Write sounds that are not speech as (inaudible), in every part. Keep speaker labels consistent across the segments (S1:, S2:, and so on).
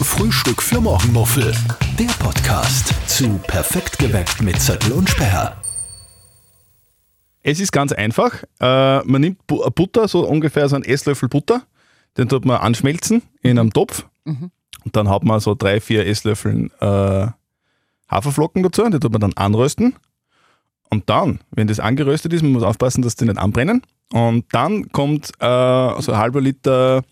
S1: Frühstück für Morgenmuffel. Der Podcast zu Perfekt geweckt mit Zettel und Sperr.
S2: Es ist ganz einfach. Äh, man nimmt Bu- Butter, so ungefähr so einen Esslöffel Butter, den tut man anschmelzen in einem Topf und dann hat man so drei, vier Esslöffel äh, Haferflocken dazu, die tut man dann anrösten und dann, wenn das angeröstet ist, man muss aufpassen, dass die nicht anbrennen und dann kommt äh, so ein halber Liter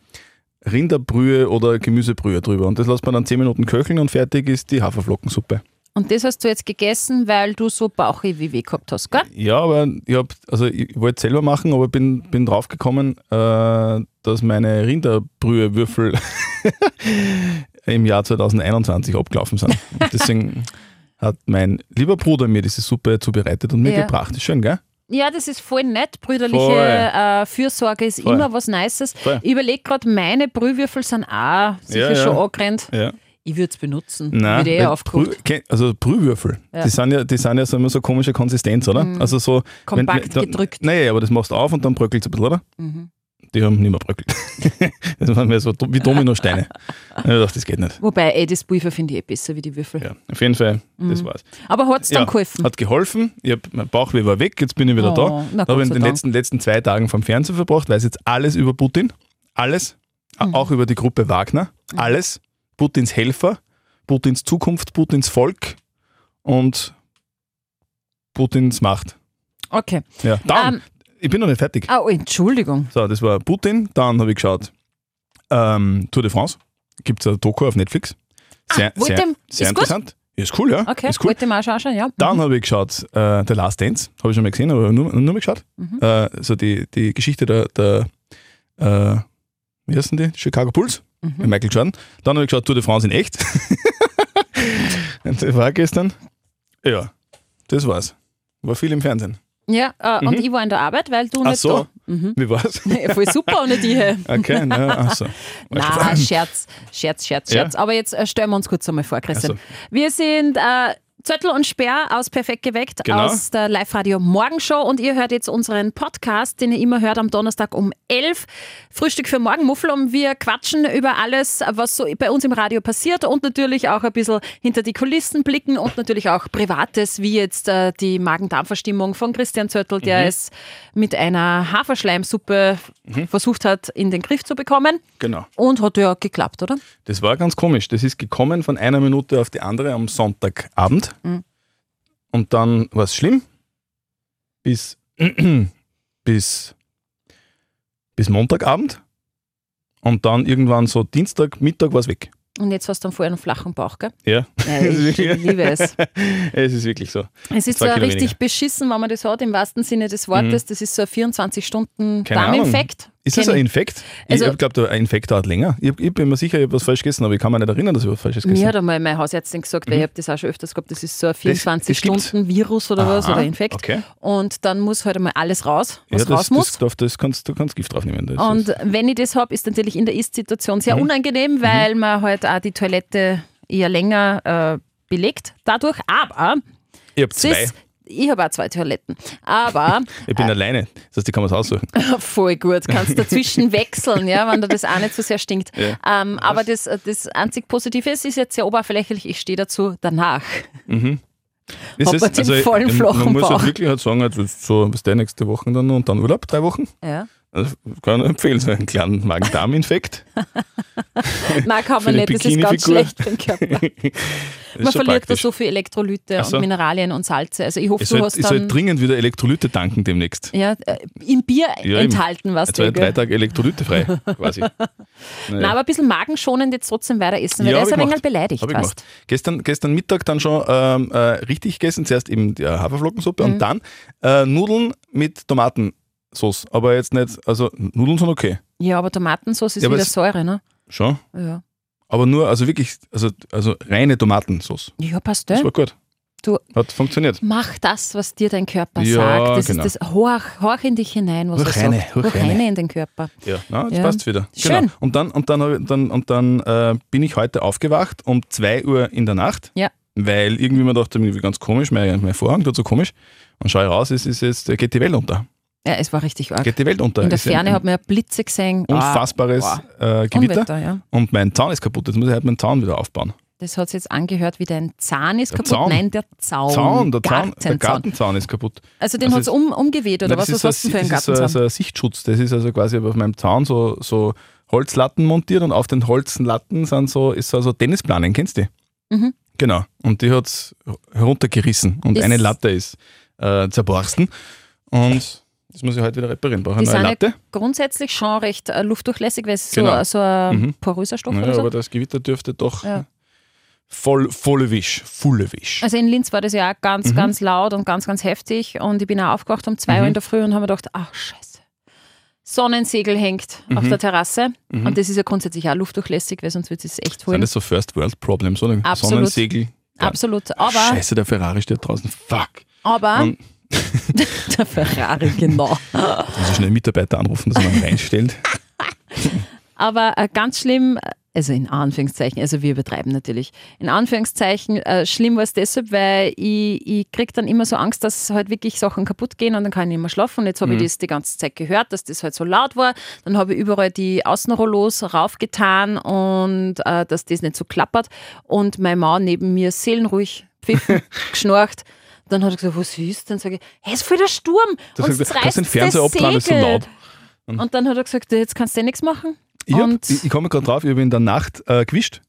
S2: Rinderbrühe oder Gemüsebrühe drüber und das lässt man dann zehn Minuten köcheln und fertig ist die Haferflockensuppe.
S3: Und das hast du jetzt gegessen, weil du so Bauchweh wie weh gehabt hast, gell?
S2: Ja, aber ich hab, also ich wollte selber machen, aber bin, bin draufgekommen, äh, dass meine Rinderbrühewürfel (laughs) im Jahr 2021 abgelaufen sind. Und deswegen hat mein lieber Bruder mir diese Suppe zubereitet und mir
S3: Ja.
S2: gebracht. Ist schön, gell?
S3: Ja, das ist voll nett. Brüderliche
S2: Voll.
S3: äh, Fürsorge ist
S2: Voll.
S3: immer was Nices.
S2: Voll.
S3: Ich überlege gerade, meine Brühwürfel sind auch
S2: Ja,
S3: sicher
S2: ja.
S3: schon angerannt.
S2: Ja.
S3: Ich würde es benutzen.
S2: Nein,
S3: würde eh
S2: weil
S3: aufgeguckt.
S2: Brüh- kenn- also Brühwürfel,
S3: Ja. Mhm.
S2: die sind ja, die sind ja so immer so komische Konsistenz, oder? Also so
S3: Kompakt
S2: dann-
S3: gedrückt. Mhm.
S2: Naja, aber das machst du auf und dann bröckelt es ein bisschen, oder? Die haben nicht mehr bröckelt. (laughs) das waren mehr so do- wie
S3: (laughs)
S2: Dominosteine. ich dachte, das geht nicht.
S3: Wobei, eh, das Pulver finde ich eh besser wie die Würfel. Mhm.
S2: Ja, auf jeden Fall, das war's.
S3: Aber hat es dann geholfen?
S2: Hat geholfen. Ich hab, mein Bauchweh war weg, jetzt bin ich wieder
S3: Oh,
S2: da.
S3: na, Gott
S2: habe in
S3: sei
S2: den
S3: Dank.
S2: letzten, letzten zwei Tagen vom Fernsehen verbracht, weiß jetzt alles über Putin. Alles. A-
S3: Hm.
S2: Auch über die Gruppe Wagner. Alles. Putins Helfer, Putins Zukunft, Putins Volk und Putins Macht.
S3: Okay.
S2: Ja, dann.
S3: Ähm.
S2: ich bin noch nicht fertig.
S3: Ah, Oh, Entschuldigung.
S2: So, das war Putin. Dann habe ich geschaut, ähm, Tour de France. Gibt es eine Doku auf Netflix. Sehr,
S3: wollte-
S2: sehr,
S3: Ah, ist
S2: sehr
S3: gut?
S2: interessant. Ist cool, ja.
S3: Okay,
S2: ist cool.
S3: wollte ich mal schauen, ja.
S2: Dann habe ich geschaut, äh, The Last Dance, habe ich schon mal gesehen, aber nur, nur mal geschaut. Äh, so die, die Geschichte der, der äh, wie heißen die? Chicago Bulls, mit Michael Jordan. Dann habe ich geschaut, Tour de France in echt. Und das war gestern. Ja, das war's. War viel im Fernsehen.
S3: Ja, äh, und ich war in der Arbeit, weil du
S2: Mhm. Ach
S3: nicht Mhm.
S2: so, wie war's?
S3: (laughs) da. Ja, Voll super ohne dich.
S2: Okay, na, ach so.
S3: Na, Scherz, Scherz, Scherz,
S2: Ja?
S3: Scherz. Aber jetzt äh, stellen wir uns kurz einmal vor, Christian.
S2: Ach
S3: Wir sind äh, Zöttl und Speer aus Perfekt geweckt
S2: Genau.
S3: aus der Live-Radio Morgenshow und ihr hört jetzt unseren Podcast, den ihr immer hört am Donnerstag um 11. Frühstück für Morgenmuffel und wir quatschen über alles, was so bei uns im Radio passiert und natürlich auch ein bisschen hinter die Kulissen blicken und natürlich auch Privates, wie jetzt äh, die Magen-Darm-Verstimmung von Christian Zöttl,
S2: Mhm.
S3: der es mit einer Haferschleimsuppe versucht hat, in den Griff zu bekommen.
S2: Genau.
S3: Und hat ja geklappt, oder?
S2: Das war ganz komisch. Das ist gekommen von einer Minute auf die andere am Sonntagabend.
S3: Mhm.
S2: Und dann war es schlimm. Bis, (clears throat) bis, bis Montagabend. Und dann irgendwann so Dienstag, Mittag war es weg.
S3: Und jetzt hast du dann vorher einen flachen Bauch, gell?
S2: (laughs) Ja.
S3: Ja, ich liebe es.
S2: (laughs) es ist wirklich so.
S3: Es ist so
S2: Zwei Kilo
S3: richtig
S2: weniger.
S3: beschissen, wenn man das hat, im wahrsten Sinne des Wortes. Das ist so ein
S2: Mhm. Keine Ahnung.
S3: 24-Stunden-Darminfekt.
S2: Ist das ein Infekt?
S3: Also-
S2: ich glaube, ein Infekt dauert länger. Ich, ich bin mir sicher, ich habe was falsch gegessen, aber ich kann mir nicht erinnern, dass ich was Falsches gegessen
S3: Mir
S2: habe.
S3: hat einmal meine Hausärztin gesagt, weil ich habe das auch schon öfters gehabt, das ist so ein
S2: Mhm. gibt's.
S3: 24-Stunden-Virus oder was
S2: Aha,
S3: oder Infekt.
S2: okay.
S3: Und dann muss halt einmal alles raus, was
S2: Ja, das,
S3: raus muss.
S2: das, darf, das kannst, du kannst Gift draufnehmen. Das ist-
S3: Und wenn ich das habe, ist natürlich in der Ist-Situation
S2: Mhm.
S3: sehr unangenehm, weil man halt auch die Toilette eher länger äh, belegt dadurch. Aber
S2: ich habe
S3: es
S2: zwei.
S3: ist- ich habe auch zwei Toiletten.
S2: (laughs)
S3: Aber
S2: Ich bin alleine. Das heißt, ich kann mir
S3: (laughs)
S2: aussuchen.
S3: Voll gut,
S2: (laughs)
S3: kannst dazwischen wechseln, ja, wenn dir das auch nicht so sehr stinkt. Ähm, aber das, das einzig Positive ist, ist jetzt sehr oberflächlich, ich stehe dazu danach.
S2: Das
S3: Hat man den vollen
S2: ähm,
S3: flachen
S2: Man muss
S3: Bauch.
S2: halt wirklich halt sagen, halt so bis der nächste Woche dann und dann Urlaub, drei Wochen.
S3: Ja.
S2: Also kann ich empfehlen, so einen kleinen
S3: (laughs)
S2: Magen-Darm-Infekt.
S3: Nein, kann
S2: Für
S3: man
S2: die
S3: nicht, das ist ganz
S2: Bikini-Figur.
S3: schlecht für den
S2: (laughs)
S3: Körper.
S2: Das ist
S3: Man
S2: schon
S3: verliert da
S2: praktisch.
S3: so viel Elektrolyte
S2: Ach so. halt-
S3: und Mineralien und Salze. Also ich hoffe,
S2: Ich
S3: du
S2: sollte
S3: hast
S2: soll
S3: dann
S2: dringend wieder Elektrolyte danken
S3: (laughs)
S2: demnächst.
S3: ja, äh, im Bier
S2: eben.
S3: enthalten, was
S2: Jetzt war
S3: du.
S2: ich drei
S3: gell?
S2: Tage
S3: (laughs)
S2: elektrolytefrei quasi.
S3: Nein, aber ein bisschen magenschonend jetzt trotzdem weiter essen, weil
S2: Ja,
S3: der
S2: hab
S3: ist
S2: ich
S3: ein wenig
S2: gemacht.
S3: beleidigt.
S2: Hab ich
S3: weißt.
S2: gemacht. Gestern, gestern Mittag dann schon ähm, äh, richtig gegessen, zuerst eben die äh, Haferflockensuppe
S3: Mhm.
S2: und dann äh, Nudeln mit Tomatensauce. Aber jetzt nicht, also Nudeln sind okay.
S3: Ja, aber Tomatensauce ist
S2: Ja, aber
S3: wieder
S2: es-
S3: Säure, ne?
S2: Schon.
S3: Ja,
S2: Aber nur, also wirklich, also, also reine Tomatensauce.
S3: ja passt
S2: Das
S3: eh.
S2: war gut.
S3: Du,
S2: Hat funktioniert.
S3: Mach das, was dir dein Körper
S2: Ja,
S3: sagt. Das
S2: genau.
S3: ist das Horch, horch in dich hinein, was
S2: Horch
S3: er
S2: rein,
S3: sagt.
S2: horch rein.
S3: rein in den Körper.
S2: Ja, na, jetzt
S3: Ja.
S2: passt's wieder.
S3: Schön.
S2: Genau. Und dann, und dann, hab ich- dann, und dann äh, bin ich heute aufgewacht um 2 Uhr in der Nacht,
S3: Ja.
S2: weil irgendwie mir dachte, irgendwie ganz komisch, mein, mein Vorhang tut so komisch. Und schaue ich raus, es ist jetzt, äh, geht die Welle unter.
S3: Ja, es war richtig arg.
S2: geht die Welt unter.
S3: In der
S2: Ist ja
S3: Ferne
S2: ein
S3: hat man ja Blitze gesehen. Ah,
S2: Unfassbares
S3: boah.
S2: äh, Gewitter.
S3: Unwetter, ja.
S2: Und mein Zaun ist kaputt. Jetzt muss ich halt meinen Zaun wieder aufbauen.
S3: Das hat sich jetzt angehört, wie dein Zahn ist
S2: Der
S3: kaputt.
S2: Zaun.
S3: Nein, der Zaun.
S2: Zaun, der Zaun, der
S3: Oh, Gartenzaun.
S2: Gartenzaun ist kaputt.
S3: Also den
S2: Also
S3: hat es
S2: es-
S3: um, umgeweht, oder
S2: Nein,
S3: was?
S2: das
S3: Was hast du
S2: ist
S3: denn für einen
S2: das ist so,
S3: Gartenzaun?
S2: so ein Sichtschutz. Das ist also quasi auf meinem Zaun so, so Holzlatten montiert und auf den Holzlatten sind so, ist so, so Tennisplanen, kennst du die?
S3: Mhm.
S2: Genau. Und die hat es heruntergerissen und
S3: Das-
S2: eine Latte ist äh, zerborsten. Und das muss ich heute wieder reparieren. Brauche
S3: die
S2: eine neue
S3: sind ja
S2: Latte.
S3: grundsätzlich schon recht äh, luftdurchlässig, weil es
S2: Genau.
S3: so, so ein
S2: Mhm.
S3: poröser Stoff
S2: Naja,
S3: oder so.
S2: aber das Gewitter dürfte doch
S3: Ja.
S2: voll, volle Wisch, volle Wisch.
S3: Also in Linz war das ja auch ganz, ganz laut und ganz, ganz heftig. Und ich bin auch aufgewacht um zwei Uhr in der Früh und habe mir gedacht, ach scheiße. Sonnensegel hängt auf der Terrasse. Und das ist ja grundsätzlich auch luftdurchlässig, weil sonst wird es echt
S2: Sind
S3: holen.
S2: das so First World Problems, oder?
S3: Absolut.
S2: Sonnensegel.
S3: Absolut. Aber,
S2: Scheiße, der Ferrari steht draußen. Fuck.
S3: aber
S2: Und-
S3: (laughs) der Ferrari, genau.
S2: Also schnell Mitarbeiter anrufen, dass
S3: (laughs)
S2: man reinstellt.
S3: Aber äh, ganz schlimm, äh, also in Anführungszeichen, also wir übertreiben natürlich, in Anführungszeichen äh, schlimm war es deshalb, weil ich, ich kriege dann immer so Angst, dass halt wirklich Sachen kaputt gehen und dann kann ich nicht mehr schlafen. Und jetzt
S2: Mhm.
S3: habe ich das die ganze Zeit gehört, dass das halt so laut war. Dann habe ich überall die Außenrollos raufgetan und äh, dass das nicht so klappert. Und mein Mann neben mir seelenruhig
S2: (laughs)
S3: pfiffen, geschnorcht. Dann hat er gesagt, was ist? Dann sage ich, hey, es ist voll der Sturm.
S2: Das
S3: Uns
S2: heißt, kannst den
S3: reißt
S2: Fernseher
S3: das
S2: abdrehen, ist so
S3: Segel.
S2: laut.
S3: Und dann hat er gesagt, jetzt kannst du eh nichts machen.
S2: Ich, hab,
S3: Und-
S2: ich, ich komme gerade drauf, ich habe in der Nacht äh, gewischt,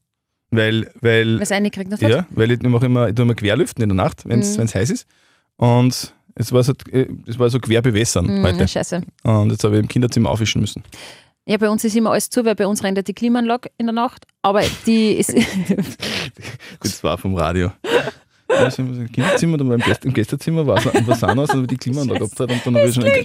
S2: weil, weil,
S3: Was eine kriegt noch
S2: ja, weil ich mache immer, ich tu immer querlüften in der Nacht, wenn
S3: Mhm.
S2: es heiß ist. Und es war so, äh, es war so quer bewässern
S3: Mhm.
S2: heute.
S3: Hm, Scheiße.
S2: Und jetzt habe ich im Kinderzimmer aufwischen müssen.
S3: Ja, bei uns ist immer alles zu, weil bei uns rennt ja die Klimaanlage in der Nacht, aber die ist, (laughs)
S2: Das war vom Radio. Also im Kinderzimmer, dann war im, Gäste, im Gästezimmer war es ein Vasanos, dann habe ich die Klimaanlage abgezahlt und dann habe ich schon dann,
S3: so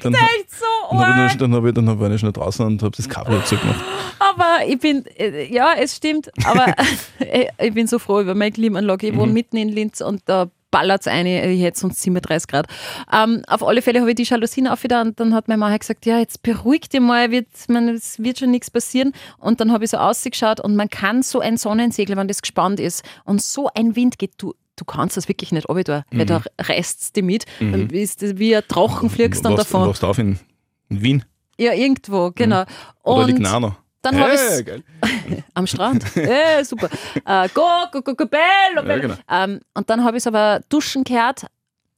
S2: dann habe ich, noch- dann habe ich, dann habe ich eine schnell draußen und habe das Kabel halt zugemacht.
S3: aber ich bin, äh, ja, es stimmt,
S2: (laughs)
S3: aber (laughs) äh, ich bin so froh über meine Klimaanlage. Ich
S2: Mhm.
S3: wohne mitten in Linz und da ballert es eine, ich hätte sonst 37 Grad. Ähm, auf alle Fälle habe ich die Jalousien auf wieder und dann hat meine Mama gesagt, ja, jetzt beruhig dich mal, wird, man, es wird schon nichts passieren. Und dann habe ich so ausgeschaut und man kann so ein Sonnensegel, wenn das gespannt ist und so ein Wind geht, du, du kannst das wirklich nicht runter, weil
S2: Mhm.
S3: da reißt die mit, dann ist das wie ein Trochen fliegst dann
S2: Warst-
S3: davon.
S2: warst auf in, in Wien
S3: Ja, irgendwo, genau.
S2: oder
S3: Und
S2: Lignano.
S3: dann habe
S2: Hey,
S3: ich
S2: geil.
S3: am Strand.
S2: (laughs)
S3: äh, super. Äh, go, go, go, go, bello, bello.
S2: Ja, genau.
S3: ähm, und dann habe ich es aber duschen gehört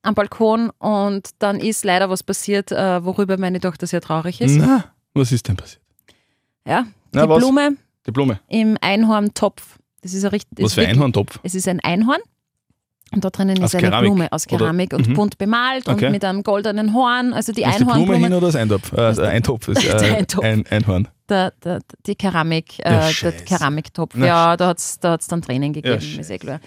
S3: am Balkon und dann ist leider was passiert, äh, worüber meine Tochter sehr traurig ist.
S2: Na, was ist denn passiert?
S3: Ja, die
S2: Hm. Na, was?
S3: Blume
S2: Die Blume.
S3: im Einhorntopf. Das ist ein richtig.
S2: Was
S3: ist
S2: für ein
S3: wirklich-
S2: Einhorntopf?
S3: Es ist ein Einhorn. Und da drinnen
S2: Aus
S3: ist eine
S2: Keramik,
S3: Blume aus
S2: oder?
S3: Keramik und
S2: Mhm.
S3: bunt bemalt
S2: Okay.
S3: und mit einem goldenen Horn. Also die
S2: ist die Blume hin
S3: Einhornblume,
S2: oder das Eintopf? Äh,
S3: die-
S2: Eintopf
S3: (laughs)
S2: ist
S3: Der
S2: äh,
S3: Eintopf.
S2: ein Einhorn.
S3: der, der, die Keramik,
S2: Ja,
S3: äh, der
S2: scheiße.
S3: Keramiktopf.
S2: Na,
S3: ja, da hat es da hat's dann Tränen gegeben, ist eh klar.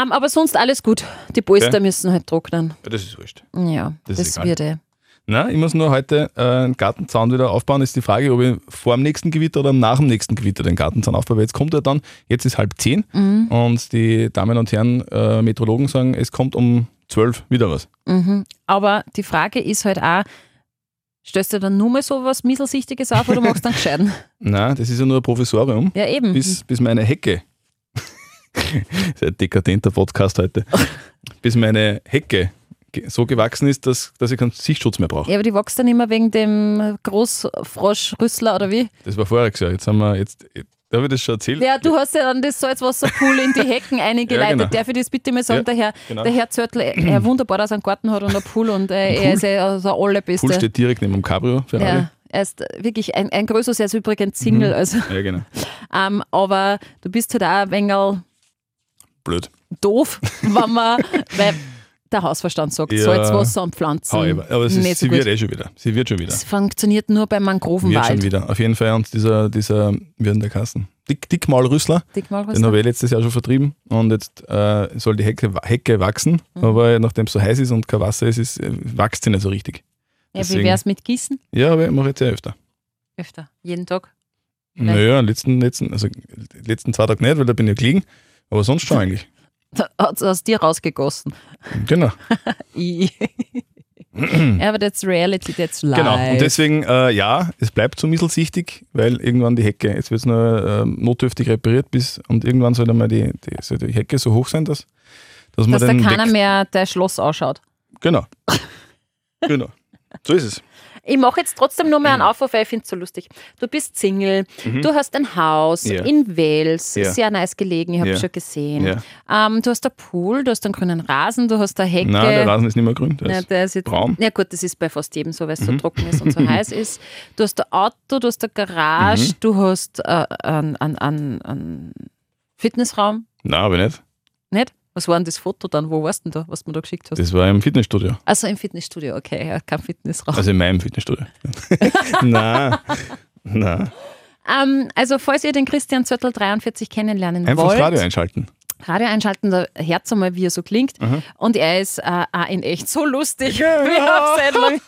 S3: Ähm, aber sonst alles gut. Die Polster
S2: Okay.
S3: müssen halt trocknen.
S2: Ja, das ist wurscht.
S3: Ja,
S2: Das
S3: das,
S2: ist egal.
S3: wird eh.
S2: Na, ich muss nur heute äh, einen Gartenzaun wieder aufbauen. Ist die Frage, ob ich vor dem nächsten Gewitter oder nach dem nächsten Gewitter den Gartenzaun aufbaue. Weil Jetzt kommt er dann, jetzt ist halb zehn
S3: Mhm,
S2: und die Damen und Herren äh, Meteorologen sagen, es kommt um zwölf wieder was.
S3: Mhm. Aber die Frage ist halt auch, stößt du dann nur mal so was Mieselsichtiges auf oder machst dann (laughs) gescheiden?
S2: Na, das ist ja nur ein Provisorium.
S3: Ja, eben.
S2: bis, bis meine Hecke, (laughs) sehr dekadenter Podcast
S3: (laughs)
S2: heute, bis meine Hecke ge- so gewachsen ist, dass, dass ich keinen Sichtschutz mehr brauche.
S3: ja, aber die wächst dann immer wegen dem Großfroschrüssler oder wie?
S2: Das war vorher gesagt. Jetzt haben wir jetzt, da habe ich das schon erzählt.
S3: Ja, du hast ja dann das Salzwasserpool in die Hecken
S2: (laughs) Ja,
S3: eingeleitet.
S2: genau.
S3: Darf ich das bitte mal sagen?
S2: Ja,
S3: der, Herr,
S2: genau.
S3: der Herr Zörtl, er wunderbar, dass er einen Garten hat und einen Pool und äh, er ist ja so alle Beste.
S2: Pool steht direkt neben dem Cabrio, Ferrari.
S3: ja, er ist wirklich ein, ein größeres, er ist übrigens Single, also,
S2: Ja. genau.
S3: ähm, aber du bist halt auch ein wenig
S2: Blöd.
S3: doof, (laughs) wenn man, weil der Hausverstand sagt,
S2: Ja.
S3: Salzwasser und Pflanzen.
S2: However, aber es ist,
S3: nicht so
S2: sie wird
S3: gut.
S2: eh schon wieder. Sie wird schon wieder.
S3: Es funktioniert nur beim
S2: Wird schon
S3: Mangrovenwald.
S2: wieder. Auf jeden Fall. Und dieser, dieser wie hat denn der Kassen. Dick, Dickmaulrüssler, den
S3: Dickmaulrüssler.
S2: habe ich letztes Jahr schon vertrieben. Und jetzt äh, soll die Hecke, Hecke wachsen.
S3: Hm.
S2: Aber nachdem es so heiß ist und kein Wasser ist, ist äh, wächst sie nicht so richtig.
S3: Ja, wie
S2: deswegen-
S3: wäre es mit Gießen?
S2: Ja, aber ich mache jetzt ja öfter.
S3: Öfter, jeden Tag. Nein.
S2: Naja, in den letzten, letzten, also in den letzten zwei Tagen nicht, weil da bin ich ja gelegen. Aber sonst
S3: (laughs)
S2: schon eigentlich.
S3: Da hat es aus dir rausgegossen.
S2: Genau.
S3: I. (laughs) ja, aber that's reality, that's life.
S2: Genau. Und deswegen, äh, ja, es bleibt so misselsichtig, weil irgendwann die Hecke, jetzt wird es nur äh, notdürftig repariert bis und irgendwann soll einmal die, die, soll die Hecke so hoch sein, dass, dass man
S3: Dass da
S2: den
S3: keiner
S2: weg,
S3: mehr dein Schloss ausschaut.
S2: Genau. genau. So ist es.
S3: Ich mache jetzt trotzdem nur mal einen Aufruf, weil ich finde es so lustig. Du bist Single, du hast ein Haus
S2: Mhm. Ja.
S3: in Wales,
S2: Ja.
S3: sehr nice gelegen, ich habe
S2: Ja.
S3: schon gesehen. Ähm, du hast einen Pool, du hast einen grünen Rasen, du hast eine Hecke.
S2: Nein, der Rasen ist nicht mehr grün. Der
S3: Na,
S2: ist
S3: der ist jetzt,
S2: braun. Mhm.
S3: Ja gut, das ist bei fast jedem so, weil es so trocken
S2: (laughs)
S3: ist und so heiß ist. Du hast ein Auto, du hast eine Garage,
S2: Mhm.
S3: du hast äh, einen, einen, einen, einen Fitnessraum,
S2: Nein, aber nicht.
S3: nicht? Was war denn das Foto dann? Wo warst du denn da, was du mir da geschickt hast?
S2: Das war im Fitnessstudio.
S3: Also im Fitnessstudio, okay, ja, kein Fitnessraum.
S2: Also in meinem
S3: (laughs)
S2: Fitnessstudio. Nein. Nein.
S3: Ähm, also falls ihr den Christian Zöttl 43 kennenlernen
S2: Einfach
S3: wollt,
S2: das Radio einschalten.
S3: Radio einschalten, da hört mal, wie er so klingt.
S2: Mhm.
S3: Und er ist äh, auch in echt so lustig (laughs) wie
S2: (laughs)
S3: auf Sendung.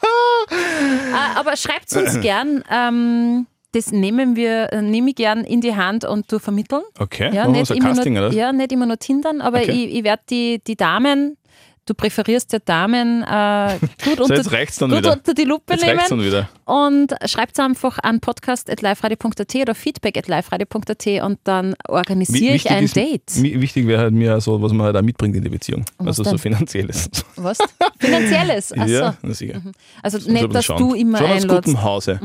S3: äh, aber schreibt uns gern. Ähm, das nehmen wir, äh, nehme ich gern in die Hand und du vermitteln.
S2: Okay.
S3: Ja,
S2: Machen wir
S3: nicht
S2: so ein
S3: immer
S2: Casting,
S3: nur,
S2: oder?
S3: ja, nicht immer nur Tindern, aber
S2: Okay.
S3: ich, ich werde die, die Damen, du präferierst ja Damen äh,
S2: (laughs)
S3: gut,
S2: So,
S3: unter,
S2: jetzt reicht's dann
S3: gut
S2: wieder.
S3: unter die Lupe
S2: Jetzt reicht's
S3: nehmen.
S2: dann wieder.
S3: Und schreibt einfach an podcast.liferadio.at oder feedback.liferadio.at und dann
S2: Wi-
S3: organisiere ich
S2: wichtig
S3: ein
S2: ist-
S3: Date.
S2: mi- Wichtig wäre halt mir so, was man halt auch mitbringt in die Beziehung.
S3: Was
S2: also so
S3: denn?
S2: finanzielles. (laughs)
S3: Was? Finanzielles. Ach so.
S2: Ja, na sicher.
S3: Also
S2: Muss ein
S3: nicht,
S2: bisschen
S3: dass
S2: schauen.
S3: du immer Mhm.
S2: Schon aus
S3: einlädst.
S2: gutem Hause.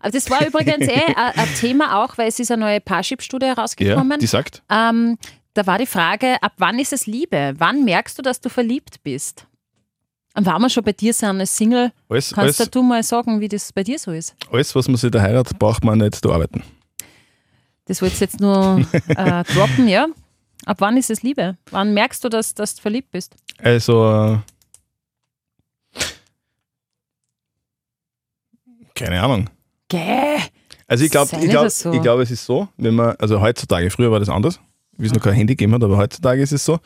S3: Aber das war
S2: (laughs)
S3: übrigens eh ein ein Thema auch, weil es ist eine neue Parship-Studie
S2: Ja,
S3: herausgekommen.
S2: die sagt.
S3: ähm, da war die Frage, ab wann ist es Liebe? Wann merkst du, dass du verliebt bist? Und wenn wir schon bei dir sind als Single,
S2: Alles,
S3: kannst
S2: alles,
S3: du mal sagen, wie das bei dir so ist?
S2: alles, was man sich da heiratet, braucht man nicht zu arbeiten.
S3: Das wolltest du
S2: (laughs)
S3: jetzt nur äh, droppen, ja? Ab wann ist es Liebe? Wann merkst du, dass, dass du verliebt bist?
S2: Also. äh, Keine Ahnung.
S3: Gäh.
S2: Also ich glaube,
S3: Sei
S2: ich glaube,
S3: das so.
S2: ich glaube, es ist so, wenn man, also heutzutage, früher war das anders, wie es noch kein Handy gegeben hat, aber heutzutage ist es so,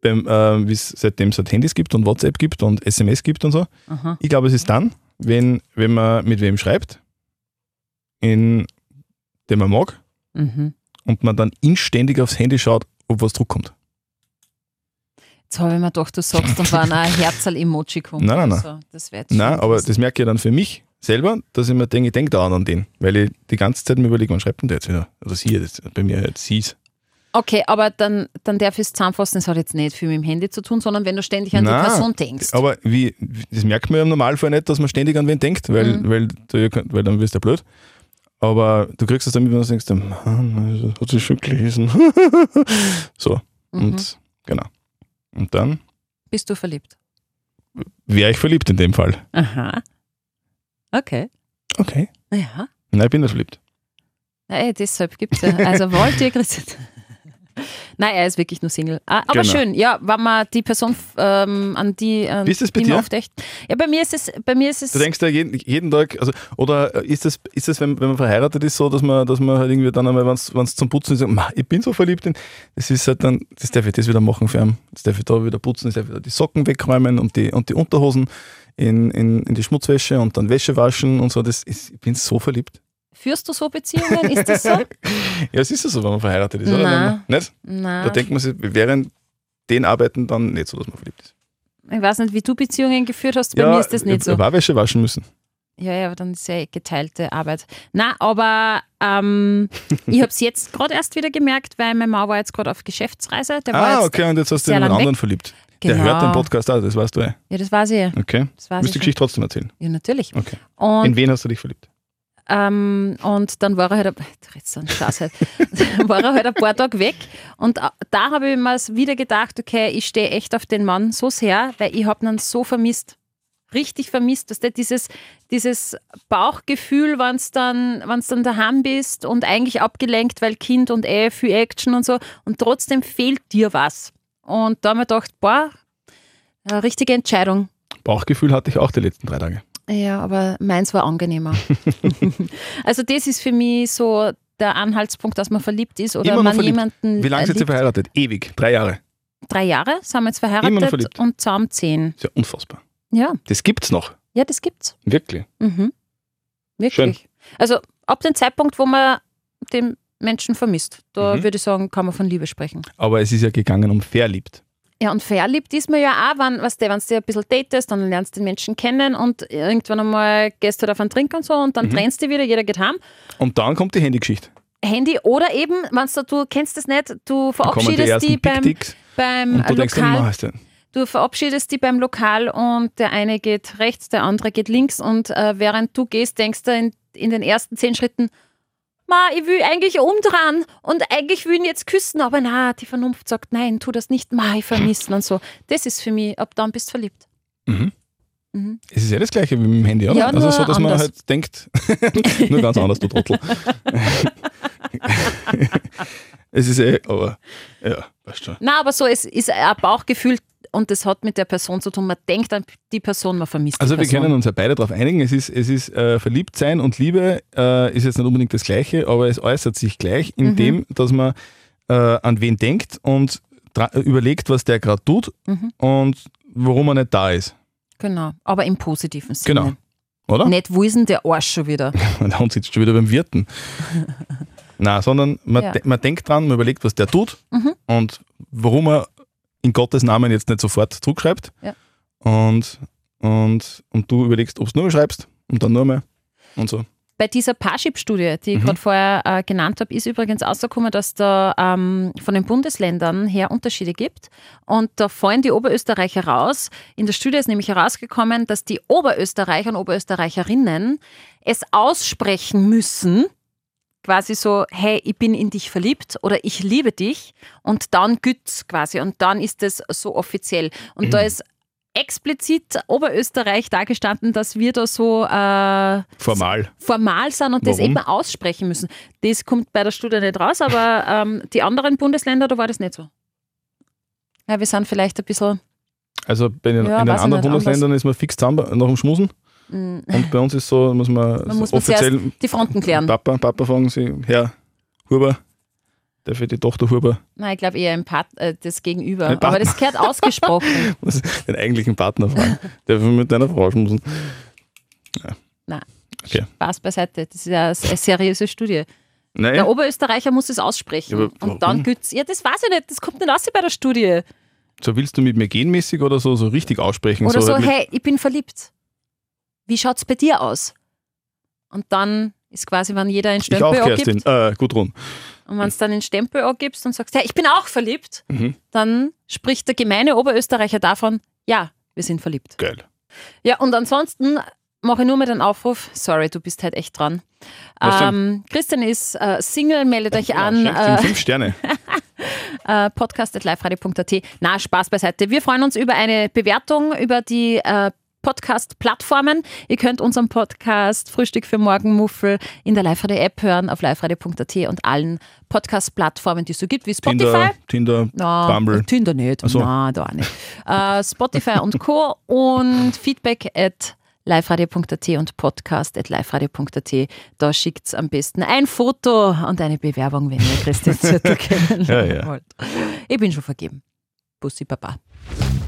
S2: beim, äh, wie es seitdem es halt Handys gibt und WhatsApp gibt und SMS gibt und so.
S3: Aha.
S2: Ich glaube, es ist dann, wenn, wenn man mit wem schreibt, in den man mag,
S3: Mhm.
S2: und man dann inständig aufs Handy schaut, ob was zurückkommt.
S3: Jetzt habe ich mir gedacht, du sagst, da war ein Herzl-Emoji kommt.
S2: Nein, nein,
S3: oder so. Das wär jetzt schon
S2: Nein, aber
S3: interessant.
S2: das merke ich dann für mich selber, dass ich mir denke, ich denke dauernd an den, weil ich die ganze Zeit mir überlege, wann schreibt denn der jetzt wieder? Oder sie jetzt, bei mir jetzt sie ist.
S3: Okay, aber dann, dann darf ich es zusammenfassen, das hat jetzt nicht viel mit dem Handy zu tun, sondern wenn du ständig an
S2: Nein,
S3: die Person denkst.
S2: Aber wie, das merkt man ja im Normalfall nicht, dass man ständig an wen denkt, weil, weil, du, ja kein- weil dann wirst du ja blöd. Aber du kriegst das damit, wenn du denkst, Mann, das hat sich schon gelesen. (laughs) so, und genau. Und dann
S3: Mhm. Bist du verliebt?
S2: wäre ich verliebt in dem Fall.
S3: Aha. Okay.
S2: Okay.
S3: Ja.
S2: Nein, ich bin nicht verliebt.
S3: Naja, deshalb gibt es ja. Also wollt
S2: (laughs)
S3: ihr Christian. Nein, er ist wirklich nur Single. Ah, Aber
S2: Genau.
S3: schön, ja, wenn man die Person, f- ähm, an die, an
S2: Wie ist das bei
S3: die
S2: dir?
S3: man oft echt. Ja, bei mir ist es, bei mir ist es
S2: Du denkst ja jeden, jeden Tag, also, oder ist das, ist das wenn, wenn man verheiratet ist, so, dass man, dass man halt irgendwie dann einmal, wenn es zum Putzen ist, sagt, "Ma, ich bin so verliebt in, das ist halt dann, das darf ich das wieder machen für einen, das darf ich da wieder putzen, das darf ich da die Socken wegräumen und die, und die Unterhosen in, in, in die Schmutzwäsche und dann Wäsche waschen und so, das ist, ich bin so verliebt.
S3: führst du so Beziehungen? Ist
S2: (laughs)
S3: das so?
S2: Ja, es ist ja so, wenn man verheiratet ist, oder? Wenn
S3: Nein.
S2: man, nicht? Da
S3: Nein.
S2: denkt man sich, während den Arbeiten dann nicht so, dass man verliebt ist.
S3: Ich weiß nicht, wie du Beziehungen geführt hast. Bei mir ist das nicht so.
S2: War Wäsche waschen müssen.
S3: Ja, ja, aber dann ist ja eh geteilte Arbeit. Na, aber ähm, ich habe es jetzt gerade erst wieder gemerkt, weil mein Mann war jetzt gerade auf Geschäftsreise. Der war
S2: Ah,
S3: jetzt,
S2: okay, und jetzt hast du
S3: sehr
S2: den
S3: lang
S2: anderen verliebt. Der
S3: Genau.
S2: hört den Podcast auch, das weißt du eh.
S3: Ja, das weiß ich.
S2: Okay.
S3: Das
S2: Müsst
S3: weiß
S2: die
S3: ich schon.
S2: Geschichte trotzdem erzählen.
S3: Ja, natürlich.
S2: Okay. In
S3: Und,
S2: wen hast du dich verliebt?
S3: ähm, und dann war er halt, jetzt ein Spaß halt, (laughs) Dann war er halt ein paar Tage weg. Und a- da habe ich mir wieder gedacht, okay, ich stehe echt auf den Mann so sehr, weil ich habe ihn so vermisst. Richtig vermisst, dass der dieses, dieses Bauchgefühl, wenn du dann, wenn's dann daheim bist und eigentlich abgelenkt, weil Kind und Ehe, viel Action und so. Und trotzdem fehlt dir was. Und da habe ich mir gedacht, boah, eine richtige Entscheidung.
S2: Bauchgefühl hatte ich auch die letzten drei Tage.
S3: Ja, aber meins war
S2: (laughs)
S3: angenehmer. (laughs) also das ist für mich so der Anhaltspunkt, dass man verliebt ist oder
S2: Immer noch
S3: man
S2: verliebt.
S3: jemanden
S2: Wie lange sind sie
S3: verheiratet?
S2: verheiratet? Ewig. Drei Jahre.
S3: Drei Jahre sind wir jetzt
S2: Immer noch
S3: verheiratet
S2: verliebt.
S3: und zusammen zehn.
S2: Ist ja unfassbar.
S3: Ja,
S2: Das gibt's noch.
S3: ja, das gibt's.
S2: Wirklich.
S3: Mhm. Wirklich. Also ab dem Zeitpunkt, wo man den Menschen vermisst, da
S2: Mhm.
S3: würde ich sagen, kann man von Liebe sprechen.
S2: Aber es ist ja gegangen um verliebt.
S3: Ja, und verliebt ist man ja auch, wenn weißt du wenn's dir ein bisschen datest, dann lernst du den Menschen kennen und irgendwann einmal gehst du halt auf einen Trink und so und dann
S2: Mhm.
S3: trennst du dich wieder, jeder geht heim.
S2: Und dann kommt die Handygeschichte.
S3: Handy oder eben, wenn du, du kennst das nicht, du
S2: Dann kommen die
S3: verabschiedest
S2: ersten
S3: die
S2: Big
S3: beim,
S2: Dicks
S3: beim äh,
S2: und du denkst, dann,
S3: Lokal.
S2: machst du.
S3: Du verabschiedest die beim Lokal und der eine geht rechts, der andere geht links und äh, während du gehst, denkst du in, in den ersten zehn Schritten, Ma, ich will eigentlich umdran und eigentlich will ich ihn jetzt küssen, aber na, die Vernunft sagt, nein, tu das nicht, Ma, ich vermissen und so. Das ist für mich, ab dann bist du verliebt.
S2: Mhm.
S3: Mhm.
S2: Es ist ja das gleiche wie mit dem Handy, oder?
S3: Ja,
S2: also
S3: nur
S2: so, dass man
S3: anders.
S2: halt denkt, (laughs) nur ganz anders, du
S3: (laughs)
S2: Trottel. (laughs) es ist eh, aber ja, weißt schon.
S3: Na, aber so, es ist ein Bauchgefühl und das hat mit der Person zu tun. Man denkt an die Person, man vermisst
S2: Also
S3: die
S2: wir
S3: Person.
S2: können uns ja beide darauf einigen, es ist, es ist äh, verliebt sein und Liebe äh, ist jetzt nicht unbedingt das Gleiche, aber es äußert sich gleich in
S3: Mhm.
S2: dem, dass man äh, an wen denkt und dra- überlegt, was der gerade tut
S3: Mhm.
S2: und warum er nicht da ist.
S3: Genau, aber im positiven Sinne.
S2: Genau. Oder? (laughs)
S3: Nicht wo ist denn der Arsch schon wieder?
S2: Und Hund sitzt schon wieder beim
S3: (laughs)
S2: Wirten. Na, sondern man,
S3: Ja.
S2: de man denkt dran, man überlegt, was der tut
S3: Mhm.
S2: und warum er in Gottes Namen jetzt nicht sofort zurückschreibt.
S3: Ja.
S2: Und, und, und du überlegst, ob es nur mal schreibst und dann nur mal und so.
S3: Bei dieser Parship-Studie, die ich gerade vorher äh, genannt habe, ist übrigens rausgekommen, dass da ähm, von den Bundesländern her Unterschiede gibt. Und da fallen die Oberösterreicher raus. In der Studie ist nämlich herausgekommen, dass die Oberösterreicher und Oberösterreicherinnen es aussprechen müssen, quasi so, hey, ich bin in dich verliebt oder ich liebe dich und dann güt's quasi und dann ist es so offiziell. Und da ist explizit Oberösterreich dargestanden, dass wir da so äh,
S2: Formal.
S3: formal sind und das
S2: Warum?
S3: eben aussprechen müssen. Das kommt bei der Studie nicht raus, aber ähm, die anderen Bundesländer, da war das nicht so. Ja, wir sind vielleicht ein bisschen.
S2: Also bei den,
S3: Ja,
S2: in den
S3: weiß ich
S2: anderen
S3: nicht,
S2: Bundesländern ist man fix zusammen nach dem Schmusen
S3: mm,
S2: und bei uns ist so, muss man,
S3: Man muss mal
S2: offiziell
S3: die Fronten klären.
S2: Papa, Papa fragen sie, Herr Huber, darf ich die Tochter Huber, (laughs)
S3: Nein, ich glaube eher im Part, äh, das Gegenüber.
S2: Ein Partner.
S3: Aber das
S2: (laughs)
S3: gehört ausgesprochen.
S2: den eigentlichen Partner fragen, darf ich mit deiner Frau schmusen?
S3: Spaß beiseite. Das ist ja eine seriöse Studie.
S2: Nein.
S3: Der Oberösterreicher muss es aussprechen.
S2: Ja, aber warum?
S3: und dann gült's. Ja, das weiß ich nicht. Das kommt nicht raus bei der Studie.
S2: So willst du mit mir gehen mäßig oder so, so richtig aussprechen?
S3: Oder so,
S2: halt mit-
S3: hey, ich bin verliebt. Wie schaut's bei dir aus? Und dann ist quasi, wenn jeder ein
S2: ich auch,
S3: Stempel abgibt.
S2: Kerstin. Äh, Gudrun.
S3: Und wenn du dann den Stempel angibst und sagst, ja, ich bin auch verliebt,
S2: Mhm.
S3: dann spricht der gemeine Oberösterreicher davon, ja, wir sind verliebt.
S2: Geil.
S3: Ja, und ansonsten mache ich nur mal den Aufruf, sorry, du bist halt echt dran.
S2: Was denn?
S3: Ähm, Christian ist äh, Single, meldet euch
S2: Ja,
S3: an,
S2: schenkt ihm
S3: äh,
S2: fünf Sterne.
S3: äh, podcast.liferadio.at. Na, Spaß beiseite. Wir freuen uns über eine Bewertung, über die äh, Podcast-Plattformen. Ihr könnt unseren Podcast Frühstück für Morgen Muffel in der Live-Radio-App hören, auf liveradio.at und allen Podcast-Plattformen, die es so gibt, wie Spotify.
S2: Tinder, Tinder
S3: Na,
S2: Bumble.
S3: Tinder nicht.
S2: so.
S3: Na, da auch nicht. Äh, Spotify und Co. und feedback at liveradio.at und podcast at liveradio.at. Da schickt am besten ein Foto und eine Bewerbung, wenn ihr
S2: (laughs)
S3: Christian Zürtel kennenlernen
S2: Ja, ja.
S3: wollt. Ich bin schon vergeben. Bussi Baba.